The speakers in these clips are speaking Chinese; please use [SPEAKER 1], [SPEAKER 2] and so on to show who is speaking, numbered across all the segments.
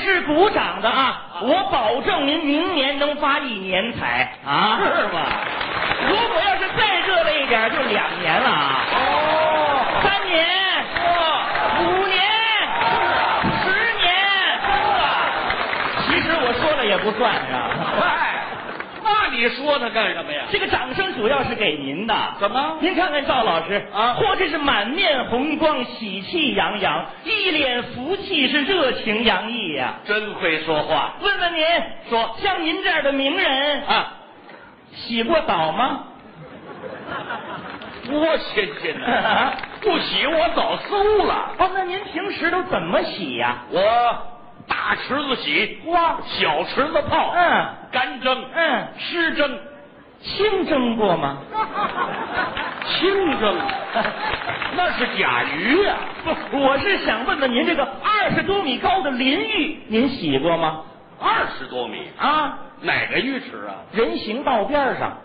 [SPEAKER 1] 是鼓掌的啊！我保证您明年能发一年财
[SPEAKER 2] 啊
[SPEAKER 1] 是吗？如果要是再热烈一点，就两年了啊！
[SPEAKER 2] 哦，
[SPEAKER 1] 三年，五年，十年，其实我说了也不算是吧？
[SPEAKER 2] 嗨，那你说他干什么呀？
[SPEAKER 1] 这个掌声主要是给您的。
[SPEAKER 2] 怎么
[SPEAKER 1] 您看看赵老师
[SPEAKER 2] 啊
[SPEAKER 1] 或者是满面红光，喜气洋洋，一脸福气，是热情洋溢呀、
[SPEAKER 2] 真会说话
[SPEAKER 1] 问问您，
[SPEAKER 2] 说
[SPEAKER 1] 像您这样的名人，
[SPEAKER 2] 啊！
[SPEAKER 1] 洗过澡吗？
[SPEAKER 2] 多新鲜呐！不洗我早馊了，
[SPEAKER 1] 哦，那您平时都怎么洗呀、
[SPEAKER 2] 我大池子洗，
[SPEAKER 1] 哇，
[SPEAKER 2] 小池子泡，
[SPEAKER 1] 嗯
[SPEAKER 2] 干蒸、
[SPEAKER 1] 嗯，
[SPEAKER 2] 湿蒸、
[SPEAKER 1] 清蒸过吗？
[SPEAKER 2] 清蒸，那是甲鱼呀、
[SPEAKER 1] 不，我是想问问您，这个二十多米高的淋浴，您洗过吗？
[SPEAKER 2] 二十多米，
[SPEAKER 1] 啊，
[SPEAKER 2] 哪个浴池啊？
[SPEAKER 1] 人行道边上，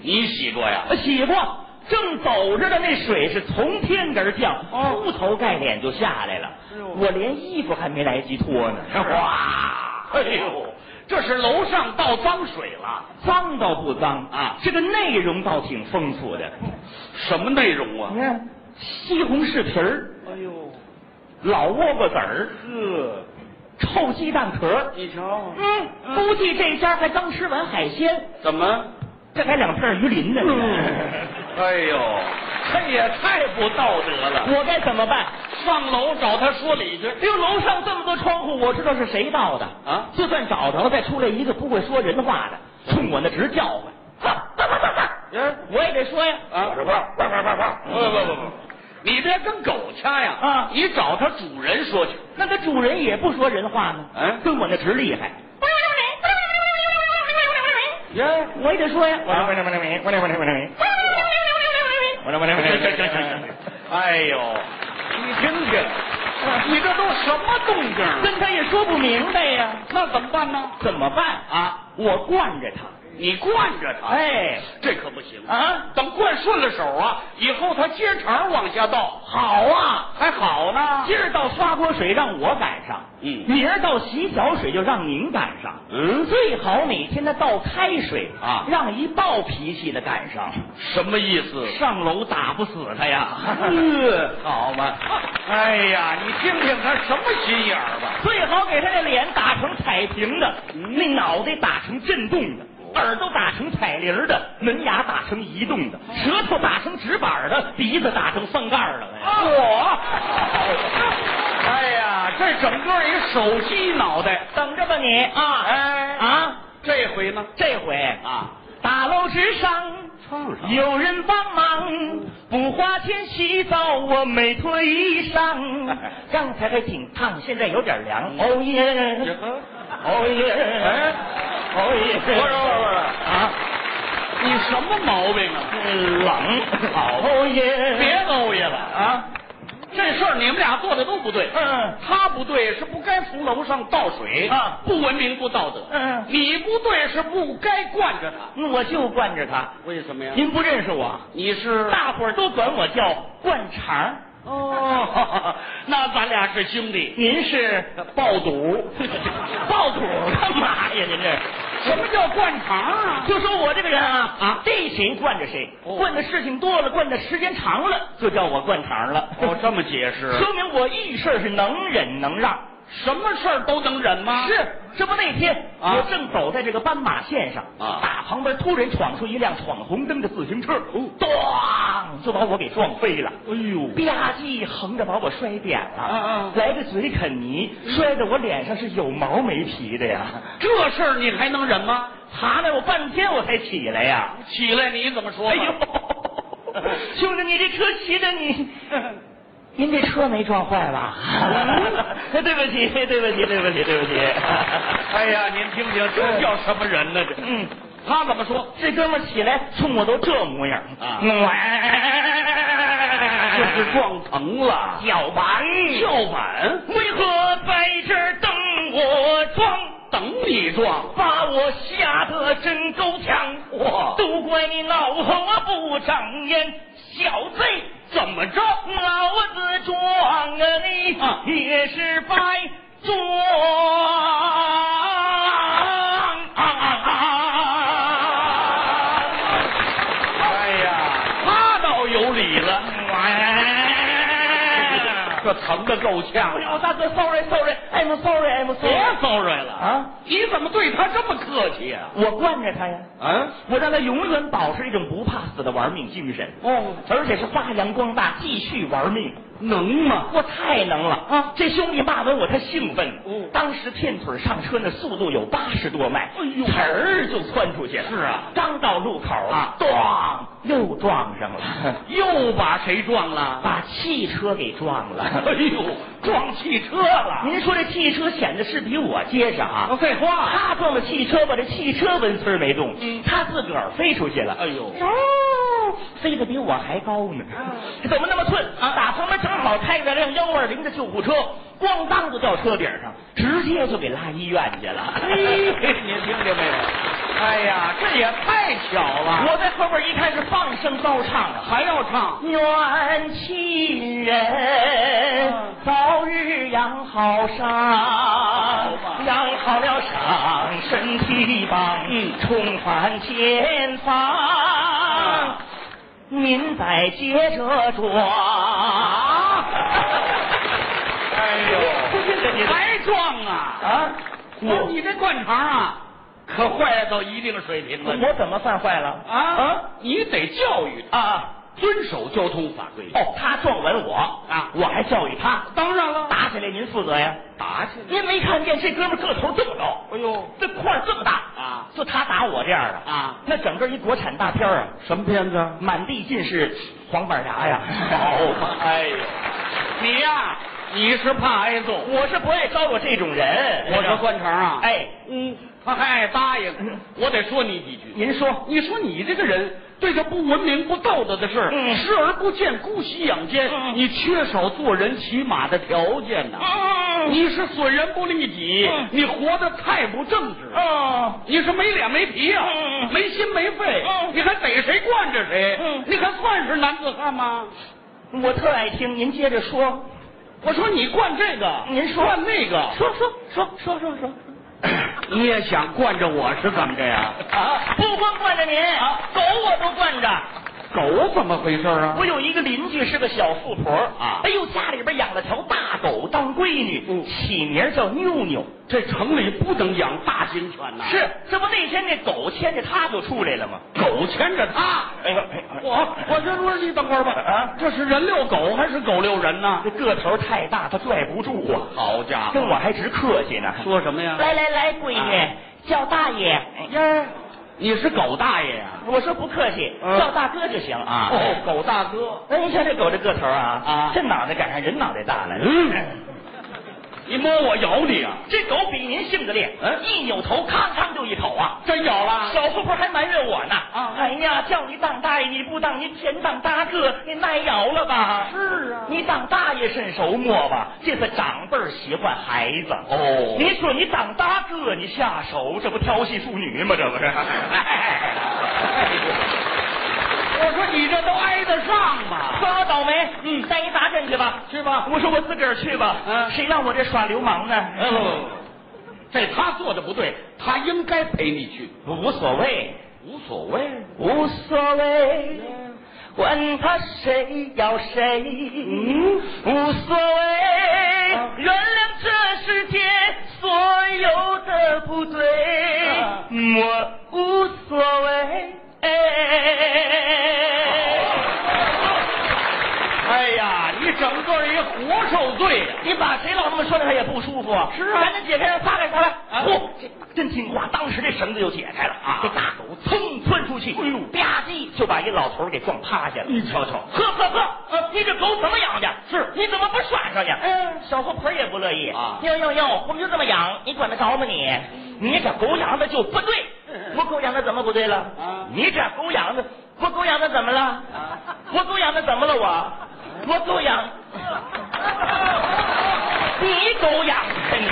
[SPEAKER 2] 你洗过呀？
[SPEAKER 1] 呃洗过，正走着的那水是从天而降，
[SPEAKER 2] 哦
[SPEAKER 1] 铺头盖脸就下来了
[SPEAKER 2] 哎呦，哎
[SPEAKER 1] 我连衣服还没来及脱呢，
[SPEAKER 2] 哇，哎呦，这是楼上倒脏水了，
[SPEAKER 1] 脏倒不脏
[SPEAKER 2] 啊
[SPEAKER 1] 这个内容倒挺丰富的。
[SPEAKER 2] 什么内容啊
[SPEAKER 1] 你？看，哎西红柿皮儿、
[SPEAKER 2] 哎呦，
[SPEAKER 1] 老窝瓜子儿、
[SPEAKER 2] 呵，
[SPEAKER 1] 臭鸡蛋壳儿，
[SPEAKER 2] 你瞧，
[SPEAKER 1] 嗯，估计这家还刚吃完海鲜，
[SPEAKER 2] 怎么？
[SPEAKER 1] 这还两片鱼鳞呢。
[SPEAKER 2] 哎呦，这也太不道德 了！
[SPEAKER 1] 我该怎么办？
[SPEAKER 2] 上楼找他说理去。
[SPEAKER 1] 哎呦，楼上这么多窗户，我知道是谁盗的
[SPEAKER 2] 啊
[SPEAKER 1] 就算找着了，再出来一个不会说人话的，冲我那直叫唤。
[SPEAKER 2] 嗯，
[SPEAKER 1] 我也得说呀，
[SPEAKER 2] 啊，不不不不不，你别跟狗掐呀！
[SPEAKER 1] 啊
[SPEAKER 2] 你找他主人说去。
[SPEAKER 1] 那他主人也不说人话呢，
[SPEAKER 2] 嗯
[SPEAKER 1] 跟我那直厉害，
[SPEAKER 2] 耶，
[SPEAKER 1] 我也得说呀。
[SPEAKER 2] 啊
[SPEAKER 1] 我这我这没，我这我这我这没，我这我这我这没。
[SPEAKER 2] 哎呦，你听听，你这都什么动静啊？
[SPEAKER 1] 跟他也说不明白呀，
[SPEAKER 2] 那怎么办呢？
[SPEAKER 1] 怎么办？
[SPEAKER 2] 啊，
[SPEAKER 1] 我惯着他，
[SPEAKER 2] 你惯着他，，
[SPEAKER 1] 哎，
[SPEAKER 2] 这可不行啊！
[SPEAKER 1] 啊，
[SPEAKER 2] 等惯顺了手啊，以后他接茬往下倒，
[SPEAKER 1] 好啊，
[SPEAKER 2] 还好呢
[SPEAKER 1] 今。儿到刷锅水让我赶上，
[SPEAKER 2] 嗯
[SPEAKER 1] 明儿到洗脚水就让您赶上，
[SPEAKER 2] 嗯
[SPEAKER 1] 最好每天的倒开水
[SPEAKER 2] 啊嗯
[SPEAKER 1] 让一暴脾气的赶上，
[SPEAKER 2] 什么意思？
[SPEAKER 1] 上楼打不死他呀。啊
[SPEAKER 2] 嗯，好嘛！哎呀，你听听他什么心眼儿吧？
[SPEAKER 1] 最好给他这脸打成彩屏的，那脑袋打成震动的，耳朵打成彩铃儿的，门牙打成移动的，舌头打成纸板儿的，鼻子打成翻盖儿的。哦
[SPEAKER 2] 我，哎呀，这整个一手机脑袋。
[SPEAKER 1] 等着吧你啊！
[SPEAKER 2] 哎
[SPEAKER 1] 啊，
[SPEAKER 2] 这回呢？
[SPEAKER 1] 这回
[SPEAKER 2] 啊，
[SPEAKER 1] 大楼之上
[SPEAKER 2] 唱上
[SPEAKER 1] 有人帮忙，不花钱洗澡我没脱衣裳， 刚才还挺烫，现在有点凉。哦耶，哦耶，
[SPEAKER 2] 哎
[SPEAKER 1] 哦耶，
[SPEAKER 2] 不是不是不是
[SPEAKER 1] 啊。
[SPEAKER 2] 你什么毛病啊？
[SPEAKER 1] 冷，
[SPEAKER 2] 哎
[SPEAKER 1] 熬夜，
[SPEAKER 2] 别欧耶了啊！这事儿你们俩做的都不对。
[SPEAKER 1] 嗯
[SPEAKER 2] 他不对是不该从楼上倒水
[SPEAKER 1] 啊
[SPEAKER 2] 不文明不道德。
[SPEAKER 1] 嗯
[SPEAKER 2] 你不对是不该惯着他。
[SPEAKER 1] 我就惯着他。
[SPEAKER 2] 为什么呀
[SPEAKER 1] 您不认识我，
[SPEAKER 2] 你是
[SPEAKER 1] 大伙儿都管我叫灌肠。
[SPEAKER 2] 哦， 那咱俩是兄弟。
[SPEAKER 1] 您是
[SPEAKER 2] 爆 肚，
[SPEAKER 1] 爆肚干嘛呀？您这
[SPEAKER 2] 什么叫灌肠 啊？
[SPEAKER 1] 就说我这个人啊
[SPEAKER 2] 啊
[SPEAKER 1] 逮谁惯着谁，
[SPEAKER 2] 哦
[SPEAKER 1] 惯的事情多了，惯的时间长了，就叫我灌肠了。
[SPEAKER 2] 哦，这么解释，
[SPEAKER 1] 说明我遇事儿是能忍能让。
[SPEAKER 2] 什么事儿都能忍吗？
[SPEAKER 1] 是，这不那天、
[SPEAKER 2] 啊
[SPEAKER 1] 我正走在这个斑马线上
[SPEAKER 2] 啊
[SPEAKER 1] 打旁边突然闯出一辆闯红灯的自行车，咣、就把我给撞飞了。
[SPEAKER 2] 哎呦
[SPEAKER 1] 吧唧，横着把我摔扁了，
[SPEAKER 2] 啊啊
[SPEAKER 1] 来个嘴啃泥，摔得我脸上是有毛没皮的呀！
[SPEAKER 2] 这事儿你还能忍吗？
[SPEAKER 1] 爬了我半天我才起来呀！
[SPEAKER 2] 起来你怎么说吧？
[SPEAKER 1] 哎呦，兄弟，你这车骑的你，您这车没撞坏吧？ 对不起，对不起，对不起，对不起。
[SPEAKER 2] 哎呀，您听听，这叫什么人呢？这，
[SPEAKER 1] 嗯，
[SPEAKER 2] 他怎么说？
[SPEAKER 1] 这哥们儿起来冲我都这模样
[SPEAKER 2] 啊
[SPEAKER 1] 嗯
[SPEAKER 2] 这是撞疼了，
[SPEAKER 1] 叫板，
[SPEAKER 2] 哎叫板，
[SPEAKER 1] 为何在这儿等我撞？
[SPEAKER 2] 等你撞，
[SPEAKER 1] 把我吓得真够呛，
[SPEAKER 2] 哇
[SPEAKER 1] 都怪你老婆不长眼，小贼
[SPEAKER 2] 怎么着？
[SPEAKER 1] 老子撞啊你，
[SPEAKER 2] 啊
[SPEAKER 1] 也是白装。
[SPEAKER 2] 哎呀，
[SPEAKER 1] 他倒有理了。
[SPEAKER 2] 这疼的够呛啊
[SPEAKER 1] 哎。呦，大哥，sorry，sorry，I'm sorry，I'm
[SPEAKER 2] 别
[SPEAKER 1] sorry。
[SPEAKER 2] sorry 了啊！你怎么对他这么客气呀、
[SPEAKER 1] 我惯着他呀，
[SPEAKER 2] 啊？啊？
[SPEAKER 1] 我让他永远保持一种不怕死的玩命精神，
[SPEAKER 2] 哦，
[SPEAKER 1] 而且是发扬光大，继续玩命。
[SPEAKER 2] 能吗？
[SPEAKER 1] 我太能了
[SPEAKER 2] 啊
[SPEAKER 1] 这兄弟骂完我，他兴奋。
[SPEAKER 2] 嗯
[SPEAKER 1] 当时片腿上车那速度有八十多迈，
[SPEAKER 2] 哎呦
[SPEAKER 1] 呲儿就窜出去了。
[SPEAKER 2] 是啊
[SPEAKER 1] 刚到路口
[SPEAKER 2] 啊
[SPEAKER 1] 咣，又撞上 了，
[SPEAKER 2] 又把谁撞了？
[SPEAKER 1] 把汽车给撞了。
[SPEAKER 2] 哎呦，撞汽车了！
[SPEAKER 1] 您说这汽车显得是比我结实啊？
[SPEAKER 2] 废话，
[SPEAKER 1] 他撞了汽车，把这汽车纹丝儿没动，
[SPEAKER 2] 嗯
[SPEAKER 1] 他自个儿飞出去了。
[SPEAKER 2] 哎呦
[SPEAKER 1] 哦，飞得比我还高呢，这怎么那么寸？啊，打旁边正好开着辆幺二零的救护车，咣当就掉车顶上，直接就给拉医院去了。
[SPEAKER 2] 嘿，您听见没有？哎呀，这也太巧了，
[SPEAKER 1] 我在后边一看是放声高唱啊，
[SPEAKER 2] 还要唱。
[SPEAKER 1] 愿亲人
[SPEAKER 2] 嗯
[SPEAKER 1] 早日养好伤
[SPEAKER 2] 吧，
[SPEAKER 1] 养好了伤，身体棒，
[SPEAKER 2] 嗯
[SPEAKER 1] 重返前方
[SPEAKER 2] 啊。
[SPEAKER 1] 您再接着
[SPEAKER 2] 啊
[SPEAKER 1] 装，
[SPEAKER 2] 哎
[SPEAKER 1] 不信这你
[SPEAKER 2] 还撞啊？
[SPEAKER 1] 啊！
[SPEAKER 2] 那
[SPEAKER 1] 我
[SPEAKER 2] 你这灌肠啊，可坏到一定水平了。
[SPEAKER 1] 我怎么犯坏了
[SPEAKER 2] 啊你得教育他，
[SPEAKER 1] 啊！
[SPEAKER 2] 遵守交通法规。
[SPEAKER 1] 哦，他撞完我
[SPEAKER 2] 啊
[SPEAKER 1] 我还教育他，
[SPEAKER 2] 当然了，
[SPEAKER 1] 打起来您负责呀。
[SPEAKER 2] 打起来。
[SPEAKER 1] 您没看见这哥们儿个头这么高，
[SPEAKER 2] 哎呦，
[SPEAKER 1] 这块儿这么大
[SPEAKER 2] 啊
[SPEAKER 1] 就他打我这样的
[SPEAKER 2] 啊
[SPEAKER 1] 那整个一国产大片儿啊，
[SPEAKER 2] 什么片子？
[SPEAKER 1] 满地尽是黄板牙呀！
[SPEAKER 2] 哎呦，你呀、你是怕挨揍，
[SPEAKER 1] 我是不爱招惹这种人。
[SPEAKER 2] 我是灌肠啊。，
[SPEAKER 1] 哎，
[SPEAKER 2] 嗯，他还爱答应，我得说你几句。
[SPEAKER 1] 嗯您说
[SPEAKER 2] 你说你这个人对这不文明不道德的事儿，
[SPEAKER 1] 嗯
[SPEAKER 2] 视而不见，姑息养奸，
[SPEAKER 1] 嗯
[SPEAKER 2] 你缺少做人起码的条件呐、
[SPEAKER 1] 嗯
[SPEAKER 2] 你是损人不利己，
[SPEAKER 1] 嗯
[SPEAKER 2] 你活得太不正直了。
[SPEAKER 1] 哦，
[SPEAKER 2] 你是没脸没皮啊，
[SPEAKER 1] 嗯
[SPEAKER 2] 没心没肺，
[SPEAKER 1] 嗯
[SPEAKER 2] 你还逮谁惯着谁，
[SPEAKER 1] 嗯
[SPEAKER 2] 你还算是男子汉吗？
[SPEAKER 1] 我特爱听，您接着说，
[SPEAKER 2] 我说你惯这个，
[SPEAKER 1] 嗯您说
[SPEAKER 2] 惯那个，
[SPEAKER 1] 说说说说说说
[SPEAKER 2] 你也想惯着我是怎么着呀？
[SPEAKER 1] 啊！不光惯着您，
[SPEAKER 2] 啊
[SPEAKER 1] 狗我都惯着。
[SPEAKER 2] 狗怎么回事啊
[SPEAKER 1] 我有一个邻居是个小富婆
[SPEAKER 2] 啊
[SPEAKER 1] 哎呦，家里边养了条大狗当闺女，
[SPEAKER 2] 嗯
[SPEAKER 1] 起名叫妞妞。
[SPEAKER 2] 这城里不能养大型犬呐、
[SPEAKER 1] 是，这不那天那狗牵着它就出来了吗？
[SPEAKER 2] 狗牵着它。
[SPEAKER 1] 哎呦，哎呦
[SPEAKER 2] 我我这不是你等会儿吧？
[SPEAKER 1] 啊
[SPEAKER 2] 这是人遛狗还是狗遛人呢
[SPEAKER 1] 这？个头太大，它拽不住啊。
[SPEAKER 2] 好家嗯
[SPEAKER 1] 跟我还直客气呢。
[SPEAKER 2] 说什么呀？
[SPEAKER 1] 来来来，闺女，
[SPEAKER 2] 啊
[SPEAKER 1] 叫大爷。
[SPEAKER 2] 呀，你是狗大爷呀、
[SPEAKER 1] 我说不客气，
[SPEAKER 2] 嗯
[SPEAKER 1] 叫大哥就行啊。
[SPEAKER 2] 哦，狗大哥，
[SPEAKER 1] 哎，您瞧这狗这个头啊，
[SPEAKER 2] 啊
[SPEAKER 1] 这脑袋赶上人脑袋大了。
[SPEAKER 2] 嗯你摸我咬你啊？
[SPEAKER 1] 这狗比您性子烈，
[SPEAKER 2] 嗯
[SPEAKER 1] 一扭头，康康就一口啊。
[SPEAKER 2] 真咬了？
[SPEAKER 1] 小富婆还埋怨我呢。
[SPEAKER 2] 啊
[SPEAKER 1] 哎呀，叫你当大爷你不当，你偏当大哥，你耐饶了吧？
[SPEAKER 2] 是啊
[SPEAKER 1] 你当大爷伸手摸吧，这是长辈儿喜欢孩子。
[SPEAKER 2] 哦
[SPEAKER 1] 你说你当大哥，你下手，这不调戏妇女吗？这 不是？哎
[SPEAKER 2] 我说你这都挨得上吗？
[SPEAKER 1] 说我倒霉，嗯，带你打针去吧，
[SPEAKER 2] 去吧
[SPEAKER 1] 我说我自个儿去吧，
[SPEAKER 2] 嗯
[SPEAKER 1] 谁让我这耍流氓呢？
[SPEAKER 2] 哦，这他做的不对，他应该陪你去，
[SPEAKER 1] 无所谓，
[SPEAKER 2] 无所谓。
[SPEAKER 1] 无所谓，管他谁要谁，嗯，无所谓，
[SPEAKER 2] 啊
[SPEAKER 1] 原谅这世界所有的不对，
[SPEAKER 2] 啊
[SPEAKER 1] 嗯我无所谓。
[SPEAKER 2] 哎呀，你整个一活受罪呀、
[SPEAKER 1] 你把谁老这么说的，他也不舒服。
[SPEAKER 2] 是啊
[SPEAKER 1] 赶紧解开让撒开撒开。
[SPEAKER 2] 啊
[SPEAKER 1] 嚯、这真听话，当时这绳子就解开了
[SPEAKER 2] 啊
[SPEAKER 1] 这大狗噌窜出去，
[SPEAKER 2] 哎呦
[SPEAKER 1] 吧唧就把一老头给撞趴下了。
[SPEAKER 2] 你瞧瞧
[SPEAKER 1] 呵呵呵，你这狗怎么养的？
[SPEAKER 2] 是
[SPEAKER 1] 你怎么不拴上去？嗯，小富婆也不乐意
[SPEAKER 2] 啊
[SPEAKER 1] 哟哟哟，我们就这么养，你管得着吗你？你这狗养的就不对，我狗养的怎么不对了？
[SPEAKER 2] 嗯啊
[SPEAKER 1] 你这狗养的，我狗养的怎么了？
[SPEAKER 2] 啊
[SPEAKER 1] 我狗养的怎么了我？我狗 养，你狗养的你，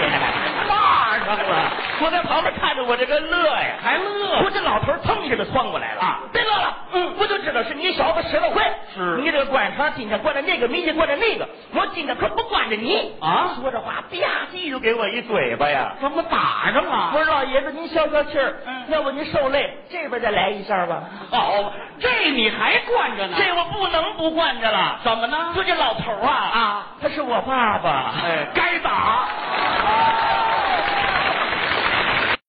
[SPEAKER 1] 骂上了！我在旁边看着我这个乐呀，
[SPEAKER 2] 还乐
[SPEAKER 1] 我这老头儿蹭一下就窜过来了，
[SPEAKER 2] 啊
[SPEAKER 1] 别乐了，嗯，我就知道是你小子使了坏，
[SPEAKER 2] 是是
[SPEAKER 1] 你这灌肠进去灌着那个，没去灌着那个，我进去可不灌着你
[SPEAKER 2] 啊
[SPEAKER 1] 说这话，吧唧就给我一嘴巴呀！
[SPEAKER 2] 怎么打上啊
[SPEAKER 1] 不
[SPEAKER 2] 了？
[SPEAKER 1] 是老爷子，您消消气儿，
[SPEAKER 2] 嗯
[SPEAKER 1] 要不您受累，这边再来一下吧。
[SPEAKER 2] 好，哦这你还惯着呢？
[SPEAKER 1] 嗯这我不能不惯着了。
[SPEAKER 2] 怎么呢？
[SPEAKER 1] 就这老头啊
[SPEAKER 2] 啊，
[SPEAKER 1] 他是我爸爸。
[SPEAKER 2] 哎，该打。